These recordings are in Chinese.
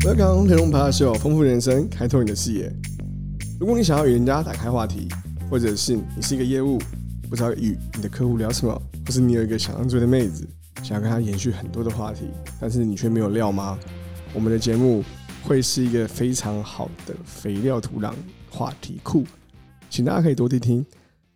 德康天龙八秀，丰富人生，开拓你的视野。如果你想要与人家打开话题，或者是你是一个业务，不知道与你的客户聊什么，或是你有一个想要追的妹子，想要跟她延续很多的话题，但是你却没有料吗？我们的节目会是一个非常好的肥料土壤话题库，请大家可以多听听。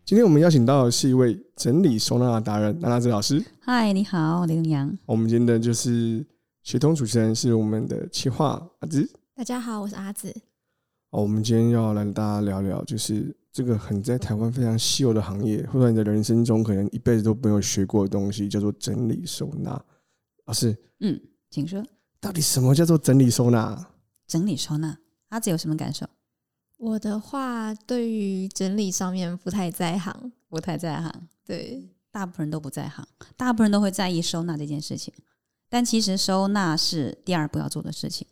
今天我们邀请到的是一位整理收纳的达人娜娜子老师。嗨，你好，林阳。我们今天的就是协同主持人是我们的企划阿芝。大家好，我是阿紫。哦，我们今天要来跟大家聊聊，就是这个很在台湾非常稀有的行业，或者你的人生中可能一辈子都没有学过的东西，叫做整理收纳。老师，嗯，请说。到底什么叫做整理收纳？整理收纳，阿紫有什么感受？我的话，对于整理上面不太在行，不太在行，对，大部分人都不在行，大部分人都会在意收纳这件事情，但其实收纳是第二步要做的事情。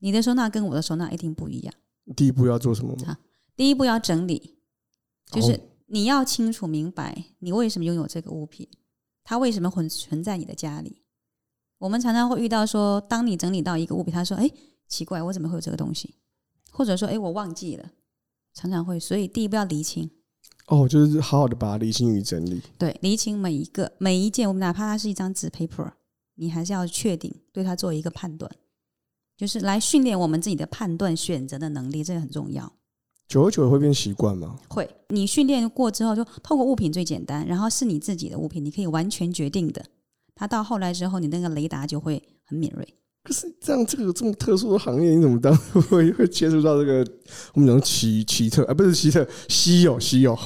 你的收纳跟我的收纳一定不一样。第一步要做什么吗？啊第一步要整理，就是哦你要清楚明白你为什么拥有这个物品，它为什么存存在你的家里。我们常常会遇到说，当你整理到一个物品，他说：“哎，奇怪，我怎么会有这个东西？”或者说：“哎，我忘记了。”常常会，所以第一步要厘清，哦，就是好好的把它理清与整理。对，厘清每一个每一件，我们哪怕它是一张纸 paper，你还是要确定对它做一个判断，就是来训练我们自己的判断选择的能力，这个很重要。久而久之会变习惯吗？会，你训练过之后，就透过物品最简单，然后是你自己的物品，你可以完全决定的。它到后来之后，你那个雷达就会很敏锐。可是这样，这个这么特殊的行业，你怎么当 会会接触到这个我们讲奇奇特啊，不是奇特，稀有稀有。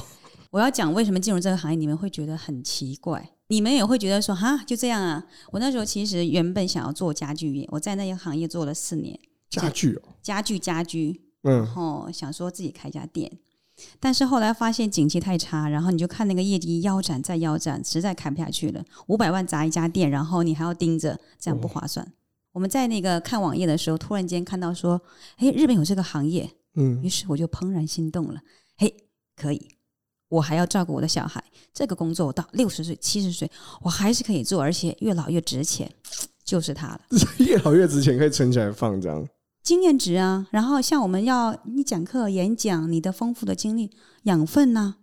我要讲为什么进入这个行业，你们会觉得很奇怪，你们也会觉得说哈，就这样啊。我那时候其实原本想要做家具业，我在那个行业做了四年，家具哦，家具家居，嗯然，后想说自己开一家店，但是后来发现景气太差，然后你就看那个业绩腰斩再腰斩，实在砍不下去了。五百万砸一家店，然后你还要盯着，这样不划算。我们在那个看网页的时候，突然间看到说，哎，日本有这个行业，于嗯，是我就怦然心动了。嘿，可以，我还要照顾我的小孩，这个工作我到六十岁、七十岁，我还是可以做，而且越老越值钱，就是它了。 越老越值钱，可以存起来放这样。经验值啊，然后像我们要你讲课、演讲，你的丰富的经历养分呐、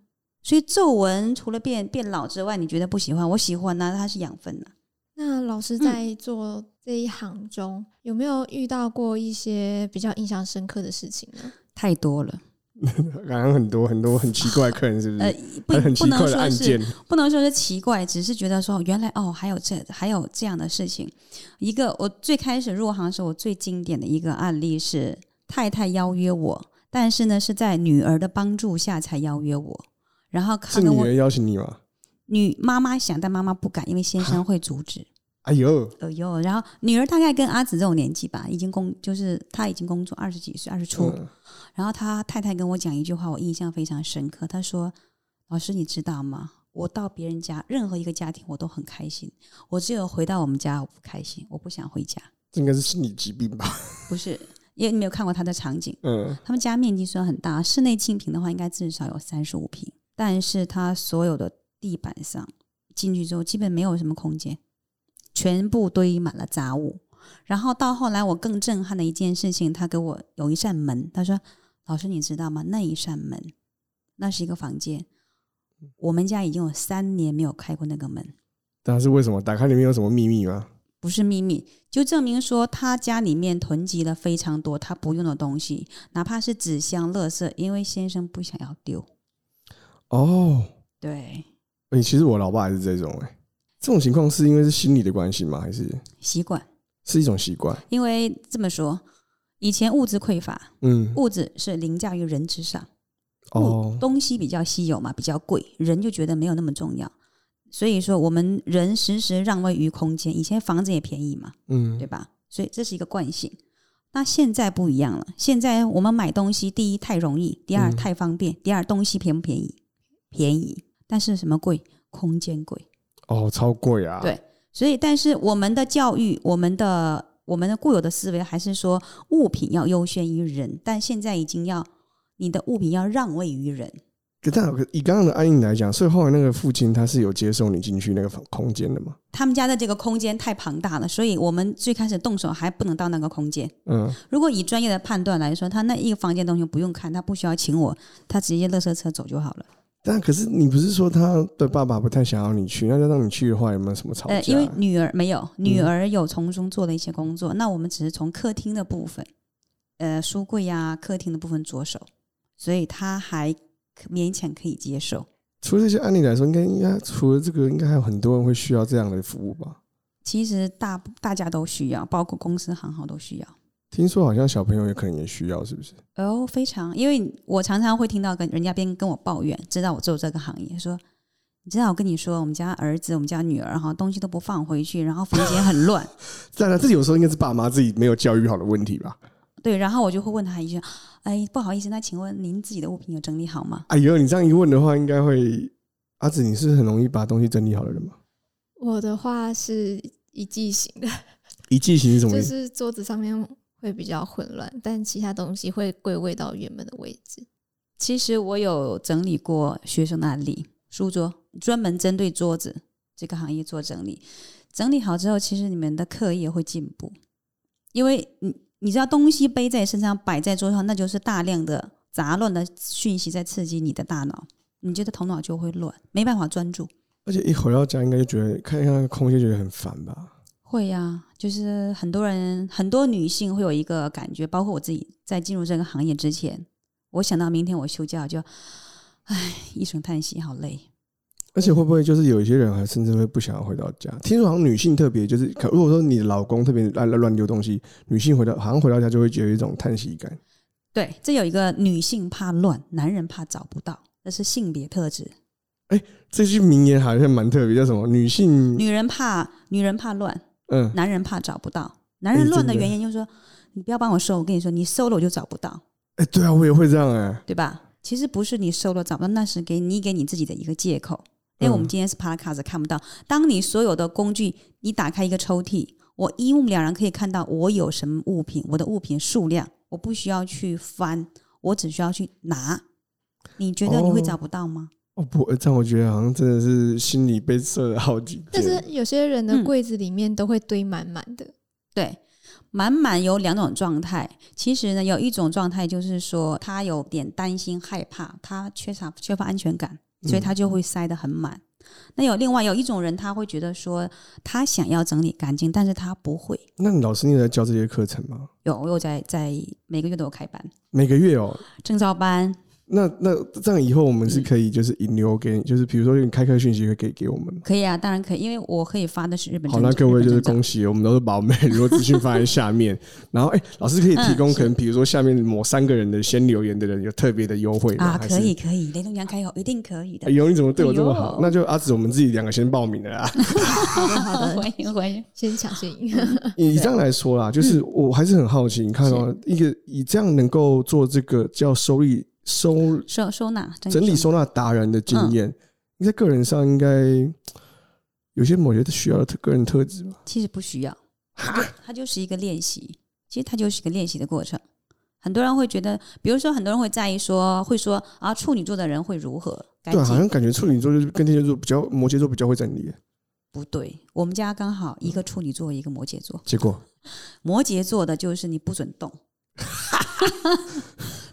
所以皱纹除了变变老之外，你觉得不喜欢？我喜欢呐、啊它是养分呐、那老师在做这一行中，有没有遇到过一些比较印象深刻的事情呢？太多了。感觉很多很多很奇怪的客人，是不是？呃，不嗯很不奇能怪的说案件是，不能说是奇怪，只是觉得说原来哦，还有这还有这样的事情。一个我最开始入行的时候，我最经典的一个案例是太太邀约我，但是呢是在女儿的帮助下才邀约我，然后是看跟女我儿邀请你吗？女妈妈想，但妈妈不敢，因为先生会阻止。哎呦，哎呦，然后女儿大概跟阿紫这种年纪吧，已经工就是她已经工作二十几岁，二十出。嗯然后她太太跟我讲一句话，我印象非常深刻。她说：“老师，你知道吗？我到别人家，任何一个家庭我都很开心，我只有回到我们家我不开心，我不想回家。这应该是心理疾病吧？不是，因为你没有看过她的场景。嗯，他们家面积虽然很大，室内净平的话应该至少有三十五平，但是它所有的地板上进去之后，基本没有什么空间，全部堆满了杂物。然后到后来，我更震撼的一件事情，他给我有一扇门，他说：“老师，你知道吗？那一扇门，那是一个房间。我们家已经有三年没有开过那个门，但是为什么？打开里面有什么秘密吗？不是秘密，就证明说他家里面囤积了非常多他不用的东西，哪怕是纸箱、垃圾，因为先生不想要丢。哦，对，哎，其实我老爸也是这种哎、这种情况是因为是心理的关系吗？还是习惯，是一种习惯？因为这么说，以前物质匮乏，嗯，物质是凌驾于人之上，物哦，东西比较稀有嘛，比较贵，人就觉得没有那么重要。所以说，我们人时时让位于空间。以前房子也便宜嘛，嗯对，吧？所以这是一个惯性。那现在不一样了，现在我们买东西，第一太容易，第二嗯太方便，第二东西便不便宜？便宜，但是什么贵？空间贵。哦，超贵啊！对所以，但是我们的教育，我们的我们的固有的思维还是说物品要优先于人，但现在已经要你的物品要让位于人。可但以刚刚的案例来讲，所以后来那个父亲他是有接受你进去那个房空间的嘛？他们家的这个空间太庞大了，所以我们最开始动手还不能到那个空间。嗯，如果以专业的判断来说，他那一个房间东西不用看，他不需要请我，他直接垃圾车走就好了。但可是你不是说他的爸爸不太想要你去，那就让你去的话，有没有什么吵架？呃，因为女儿没有，女儿有从中做了一些工作，那我们只是从客厅的部分，呃，书柜呀、客厅的部分着手，所以他还可勉强可以接受。除了这些案例来说，应该应该除了这个，应该还有很多人会需要这样的服务吧？其实大大家都需要，包括公司行号都需要。听说好像小朋友也可能也需要，是不是？哦，非常，因为我常常会听到跟人家边跟我抱怨，知道我做这个行业，说你知道我跟你说，我们家儿子、我们家女儿哈，东西都不放回去，然后房间很乱， 当然，这有时候应该是爸妈自己没有教育好的问题吧？对，然后我就会问他一句，哎，不好意思，那请问您自己的物品有整理好吗？哎呦，你这样一问的话，应该会阿紫，你是很容易把东西整理好的人吗？我的话是一记型的，一记型是什么 就意思？是桌子上面会比较混乱，但其他东西会归位到原本的位置。其实我有整理过学生的案例，书桌专门针对桌子这个行业做整理，整理好之后，其实你们的课业会进步，因为你你知道东西背在身上摆在桌上，那就是大量的杂乱的讯息在刺激你的大脑，你觉得头脑就会乱，没办法专注。而且一回到家，应该就觉得看一看那个空间，觉得很烦吧？会呀、就是很多人很多女性会有一个感觉，包括我自己在进入这个行业之前，我想到明天我休假我就，唉，一声叹息，好累。而且会不会就是有一些人还甚至会不想要回到家？听说好像女性特别就是，可如果说你的老公特别爱乱丢东西，女性回到好像回到家就会有一种叹息感。对，这有一个女性怕乱，男人怕找不到，这是性别特质。这句名言好像蛮特别，叫什么？女性，女人怕女人怕乱，嗯，男人怕找不到。男人乱的哎真的原因就是说，你不要帮我收，我跟你说，你收了我就找不到，哎、对啊，我也会这样哎、对吧？其实不是你收了找不到，那是给你给你自己的一个借口。因为哎我们嗯今天是 podcast 看不到，当你所有的工具，你打开一个抽屉，我一目了然可以看到我有什么物品，我的物品数量，我不需要去翻，我只需要去拿。你觉得你会哦找不到吗？哦不，呃这样我觉得好像真的是心里被射了好几箭。但是有些人的嗯柜子里面都会堆满满的，对，满满有两种状态。其实呢，有一种状态就是说他有点担心、害怕，他缺乏缺乏安全感，嗯所以他就会塞得很满。那有另外有一种人，他会觉得说他想要整理干净，但是他不会。嗯那你老师你有在教这些课程吗？有，我有在在每个月都有开班，每个月哦。证照班。那那这样以后我们是可以就是引流给你，嗯就是比如说你开课讯息会给给我们吗。可以啊，当然可以，因为我可以发的是日本好，证照。那各位日就本是证照恭喜，我们都是把我们很多资讯放在下 面，然后哎、老师可以提供嗯 可能比如说下面某三个人的先留言的人有特别的优惠吗啊，还是可以可以，雷东阳开口一定可以的哎。呦，你怎么对我这么好哎？呦那就阿紫，我们自己两个先报名了啦。好的好 的，欢迎欢迎。先抢先 赢。啊以这样来说啦，就是嗯我还是很好奇，你看哦、一个以这样能够做这个叫收益收收收纳整理收纳达人的经验，嗯你在个人上应该有些某些需要的特个人特质吧？其实不需要，它就它就是一个练习，其实它就是一个练习的过程。很多人会觉得，比如说很多人会在意说，会说啊，处女座的人会如何干对啊，好净？像感觉处女座就是跟天蝎座比较，摩羯座比较会整理。不对，我们家刚好一个处女座，一个摩羯座。结果摩羯座的就是你不准 动，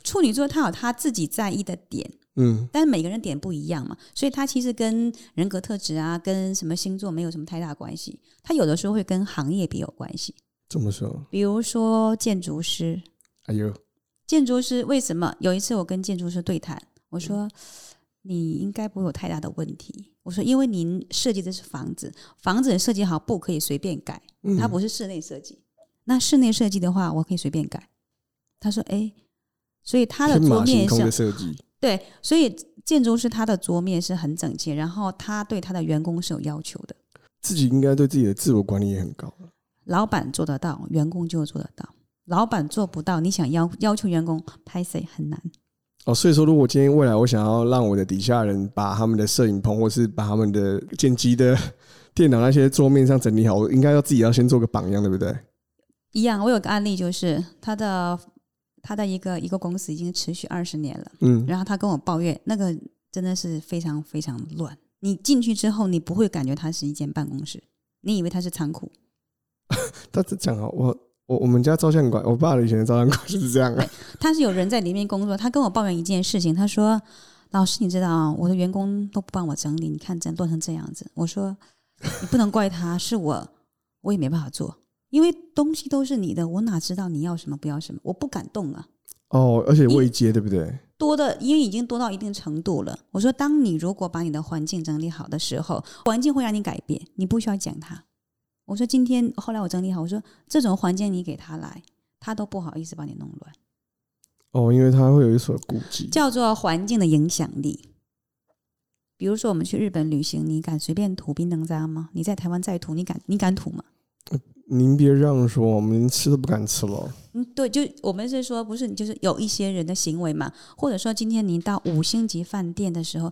处女座他有他自己在意的点，嗯，但是每个人点不一样嘛，所以它其实跟人格特质啊，跟什么星座没有什么太大关系。它有的时候会跟行业比有关系，这么说，比如说建筑师，哎呦，建筑师为什么？有一次我跟建筑师对谈，嗯我说你应该不会有太大的问题。我说因为您设计的是房子，房子设计好不可以随便改，嗯它不是室内设计。那室内设计的话，我可以随便改。他说：“哎，所以他的天桌马行面空上的设计，对，所以建筑师他的桌面是很整洁，然后他对他的员工是有要求的。自己应该对自己的自我管理也很高。老板做得到，员工就做得到；老板做不到，你想要要求员工拍谁很难。哦，所以说，如果今天未来我想要让我的底下人把他们的摄影棚或是把他们的剪辑的 电脑那些桌面上整理好，我应该要自己要先做个榜样，对不对？一样，我有个案例，就是他的他的一个一个公司已经持续二十年了，嗯，然后他跟我抱怨，那个真的是非常非常乱。你进去之后，你不会感觉它是一间办公室，你以为它是仓库。他这讲啊，我我我们家照相馆，我爸以前的照相馆就是这样啊。他是有人在里面工作，他跟我抱怨一件事情，他说：“老师，你知道啊，我的员工都不帮我整理，你看真乱成这样子。”我说：“你不能怪他，是我，我也没办法做，因为东西都是你的，我哪知道你要什么不要什么，我不敢动啊。哦，而且未接，对不对？多的，因为已经多到一定程度了。我说，当你如果把你的环境整理好的时候，环境会让你改变，你不需要讲他。我说，今天后来我整理好，我说这种环境你给他来，他都不好意思把你弄乱。哦，因为他会有一所顾忌。叫做环境的影响力。比如说，我们去日本旅行，你敢随便吐冰灯渣吗？你在台湾再吐，你敢你敢吐吗？您别这样说，我们连吃都不敢吃了。嗯，对，就我们是说，不是，就是有一些人的行为嘛，或者说，今天你到五星级饭店的时候，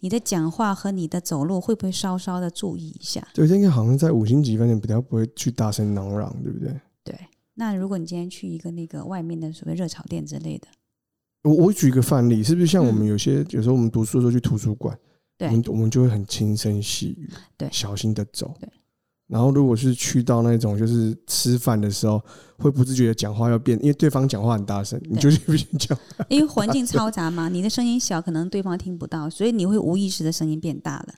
你的讲话和你的走路会不会稍稍的注意一下？对，应该好像在五星级饭店比较不会去大声嚷嚷，对不对？对，那如果你今天去一个那个外面的所谓热炒店之类的，我我举一个范例，是不是像我们嗯有些、有时候我们读书的时候去图书馆，对我们我们就会很轻声细语，对小心的走，对。然后如果是去到那种就是吃饭的时候，会不自觉的讲话要变，因为对方讲话很大声，你就去 必须讲。因为环境嘈杂嘛，你的声音小，可能对方听不到，所以你会无意识的声音变大了。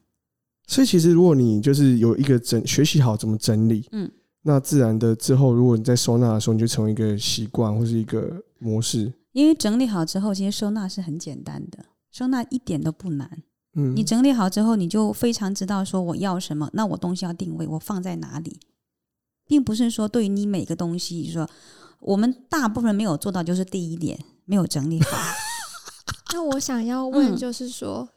所以其实如果你就是有一个整学习好怎么整理，嗯，那自然的之后，如果你在收纳的时候，你就成为一个习惯或是一个模式。因为整理好之后，其实收纳是很简单的，收纳一点都不难。嗯，你整理好之后，你就非常知道说我要什么，那我东西要定位，我放在哪里，并不是说对于你每个东西说，我们大部分人没有做到，就是第一点没有整理好。那我想要问，嗯就是说，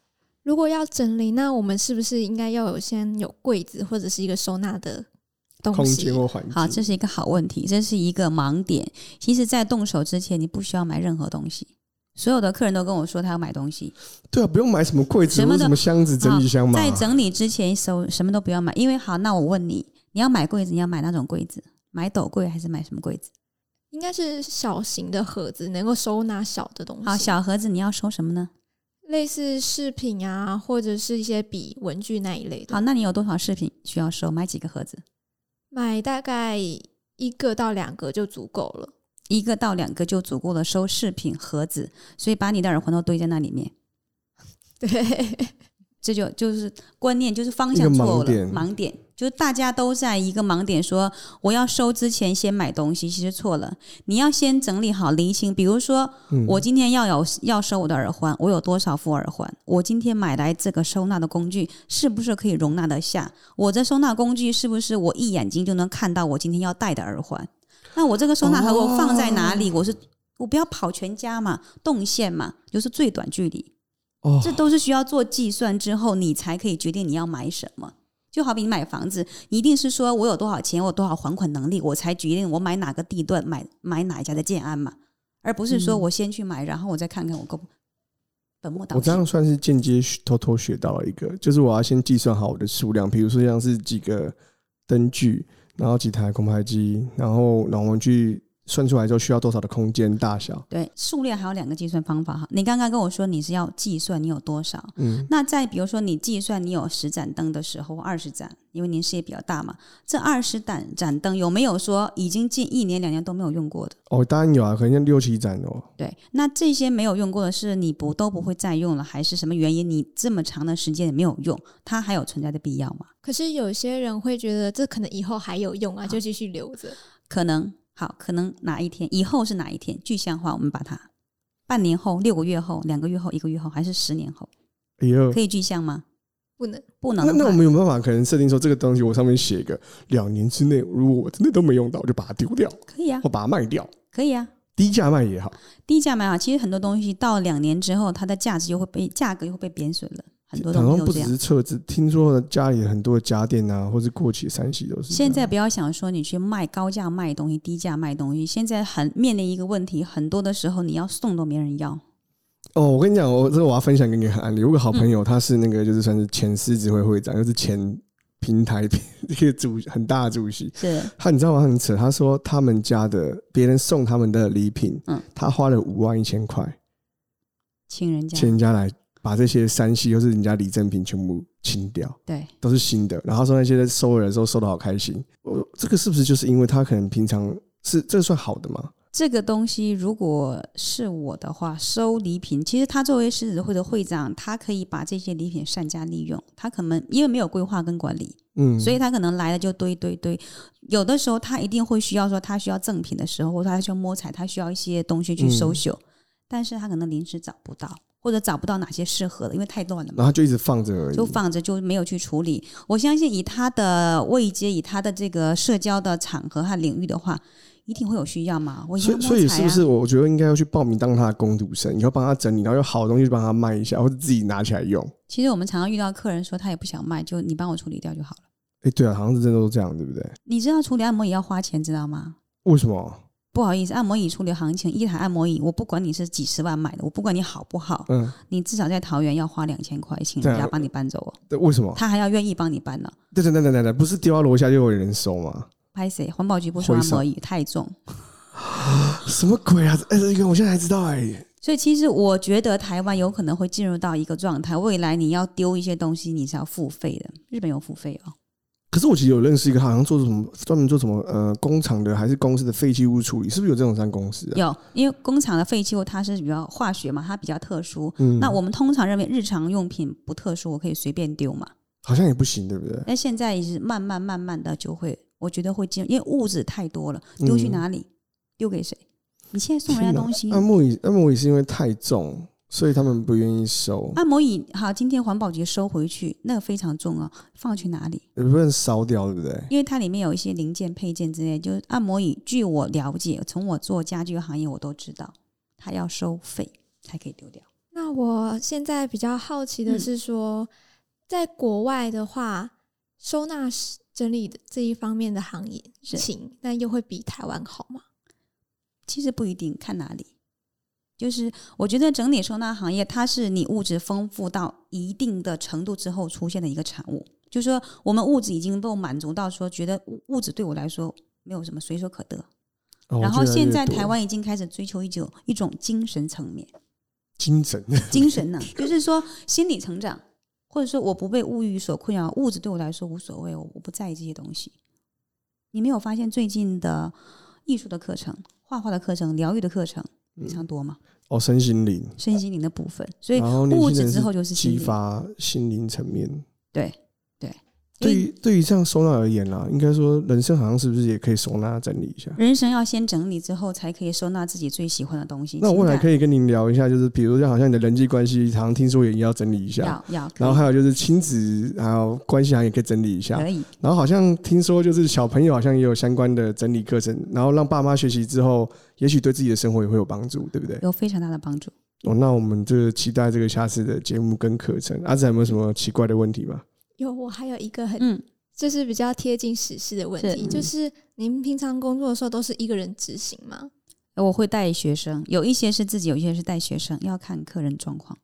如果要整理，那我们是不是应该要有先有柜子或者是一个收纳的空东西间？哦或环境，好，这是一个好问题，这是一个盲点。其实，在动手之前，你不需要买任何东西。所有的客人都跟我说他要买东西，对啊，不用买什么柜子什么或的什么箱子、整理箱嘛。在整理之前，手什么都不要买，因为好，那我问你，你要买柜子，你要买哪种柜子？买斗柜还是买什么柜子？应该是小型的盒子，能够收纳小的东西，好，小盒子你要收什么呢？类似饰品啊，或者是一些笔、文具那一类的。好，那你有多少饰品需要收？买几个盒子？买大概一个到两个就足够了。 一个到两个就足够了，收饰品盒子。所以把你的耳环都堆在那里面，对，这就就是观念，就是方一向个盲错误了，点盲点。就是大家都在一个盲点说，我要收之前先买东西，其实错了。你要先整理好厘清，比如说嗯我今天要有要收我的耳环，我有多少副耳环？我今天买来这个收纳的工具是不是可以容纳得下？我这收纳工具是不是我一眼睛就能看到我今天要戴的耳环？那我这个收纳盒我放在哪里？我是我不要跑全家嘛，动线嘛，就是最短距离，哦这都是需要做计算之后，你才可以决定你要买什么。就好比你买房子，你一定是说我有多少钱，我有多少还款能力，我才决定我买哪个地段，买买哪一家的建安嘛，而不是说嗯我先去买，然后我再看看我够不本末倒我这置。样算是间接学偷偷学到了一个，就是我要先计算好我的数量，比如说像是几个灯具，然后几台空拍机，然后然后我们去算出来之后需要多少的空间大小。对，数量还有两个计算方法哈。你刚刚跟我说你是要计算你有多少，嗯，那再比如说，你计算你有十盏灯的时候，二十盏，因为您事业比较大嘛，这二十盏盏灯有没有说已经近一年两年都没有用过的？哦，当然有啊，可能像六七盏哦。对，那这些没有用过的是你不都不会再用了，还是什么原因？你这么长的时间也没有用，它还有存在的必要吗？可是有些人会觉得这可能以后还有用啊，就继续留着。可能好，可能哪一天以后是哪一天具象化，我们把它半年后、六个月后、两个月后、一个月后，还是十年后，哎呦可，以具象吗？不能，不能那的话。那我们有没有办法可能设定说这个东西我上面写一个两年之内，如果我真的都没用到，我就把它丢掉，可以啊或，把它卖掉，可以啊。低价卖也好。低价买好，其实很多东西到两年之后，它的价值又会被价格又会被贬损了，很多好东西像都不这只样。是车子，听说家里很多家电啊，或是过期的三系都是这样。现在不要想说你去卖高价卖东西，低价卖东西，现在很面临一个问题，很多的时候你要送都没人要。哦，我跟你讲，我这个我要分享给你一个案例。有个好朋嗯友，他是那个就是算是前狮子会会长，又是前平台 一个主很大的主席。 是他你知道吗？很扯，他说他们家的别人送他们的礼品，嗯他花了五万一千块请人家请人家来把这些山西或是人家礼赠品全部清掉，对，都是新的。然后他说那些在收的时候收的好开心，我这个是不是就是因为他可能平常是这个算好的吗？这个东西如果是我的话，收礼品，其实他作为狮子会的会长，他可以把这些礼品善加利用。他可能因为没有规划跟管理，嗯，所以他可能来了就堆堆堆。有的时候他一定会需要说，他需要赠品的时候，或者他需要摸彩，他需要一些东西去搜寻，但是他可能临时找不到，或者找不到哪些适合的，因为太乱了然后嘛。他就一直放着而已，就放着就没有去处理。我相信以他的位阶，以他的这个社交的场合和领域的话，一定会有需要嘛。我一定所要以，摸所以彩是不是啊我觉得应该要去报名当他的工读生，以后帮他整理，然后有好的东西就帮他卖一下，或者自己拿起来用。其实我们常常遇到客人说他也不想卖，就你帮我处理掉就好了。哎、对啊，好像是真的都这样，对不对？你知道处理按摩椅要花钱，知道吗？为什么？不好意思，按摩椅处理行情，一台按摩椅，我不管你是几十万买的，我不管你好 不好，嗯，你至少在桃园要花两千块，请对啊人家帮你搬走哦，对，为什么？他还要愿意帮你搬呢。等等等等等等，不是丢到楼下就有人收吗？拍谁？环保局不收回按收摩椅，太重。什么鬼啊！哎、这个我现在才知道哎、所以其实我觉得台湾有可能会进入到一个状态，未来你要丢一些东西，你是要付费的。日本有付费哦，可是我其实有认识一个，好像做什么专门做什么呃工厂的还是公司的废弃物处理，是不是有这种三公司啊？有，因为工厂的废弃物它是比较化学嘛，它比较特殊，嗯，那我们通常认为日常用品不特殊，我可以随便丢嘛。好像也不行，对不对？但现在也是慢慢慢慢的就会，我觉得会进入，因为物质太多了，丢去嗯哪里，丢给谁？你现在送人家东西 天哪，按摩椅，按摩椅是因为太重，所以他们不愿意收，按摩椅好，今天环保局收回去，那个非常重要，放去哪里？也不能烧掉，对不对？因为它里面有一些零件配件之类，就是按摩椅，据我了解，从我做家具行业我都知道，它要收费才可以丢掉。那我现在比较好奇的嗯是说，在国外的话，收纳师整理的这一方面的行业是情，那又会比台湾好吗？其实不一定，看哪里。就是我觉得整理收纳行业，它是你物质丰富到一定的程度之后出现的一个产物。就是说，我们物质已经都满足到说，觉得物物质对我来说没有什么随手可得。哦然后越来越现在多台湾已经开始追求一种一种精神层面，精神，精 神呢、就是说心理成长，或者说我不被物欲所困扰，物质对我来说无所谓，我我不在意这些东西。你没有发现最近的艺术的课程、画画的课程、疗愈的课程非常多吗？ 哦，身心灵，身心灵的部分，嗯所以然后啊年物轻质人之后就是心激灵。发心灵层面。对对，所对以于对于这样收纳而言啦，应该说人生好像是不是也可以收纳整理一下？人生要先整理之后，才可以收纳自己最喜欢的东西。那我未来可以以跟您聊一下，就是比如说好像你的人际关系，常常听说也要整理一下，要要，然后还有就是亲子还有关系好像也可以整理一下，可以然后好像听说就是小朋友好像也有相关的整理课程，然后让爸妈学习之后，也许对自己的生活也会有帮助，对不对？有非常大的帮助。哦，那我们就期待这个下次的节目跟课程。阿、啊、仔有没有什么奇怪的问题吗？有，我还有一个很嗯，就是比较贴近实事的问是题，就是您平常工作的时候都是一个人执行吗？ 我会带学生，有一些是自己，有一些是带学生，要看客人状况。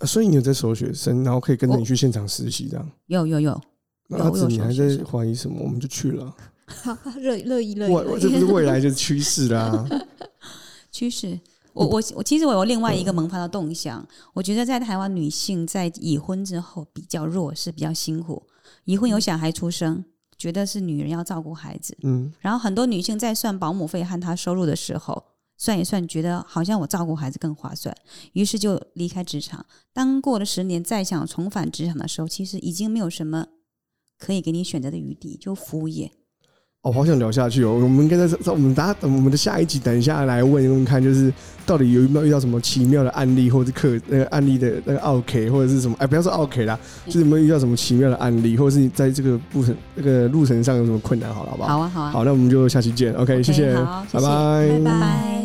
啊所以你有在收学生，然后可以跟着你去现场实习这样。有有有，那有阿紫，哦有你收还学在生怀疑什么？我们就去了。啊好，乐乐意乐未，我意这不是乐意。未来就是趋势 啦。趋势。我我嗯我其实我有另外一个萌发的动向，我觉得在台湾女性在已婚之后比较弱势，比较辛苦。已婚有小孩出生，觉得是女人要照顾孩子，嗯，然后很多女性在算保姆费和她收入的时候，算一算觉得好像我照顾孩子更划算，于是就离开职场。当过了十年再想重返职场的时候，其实已经没有什么可以给你选择的余地，就服务业。哦，好想聊下去哦。我们应该在在我们大家我们的下一集，等一下来问问看，就是到底有没有遇到什么奇妙的案例，或者是客那个案例的那个奥 K，或者是什么？哎，不要说奥 K 啦，就是有没有遇到什么奇妙的案例，或者是你在这个路程那个路程上有什么困难？好了，好不好？好啊，好啊，好，那我们就下期见。OK，谢谢，好，谢拜拜谢，拜拜。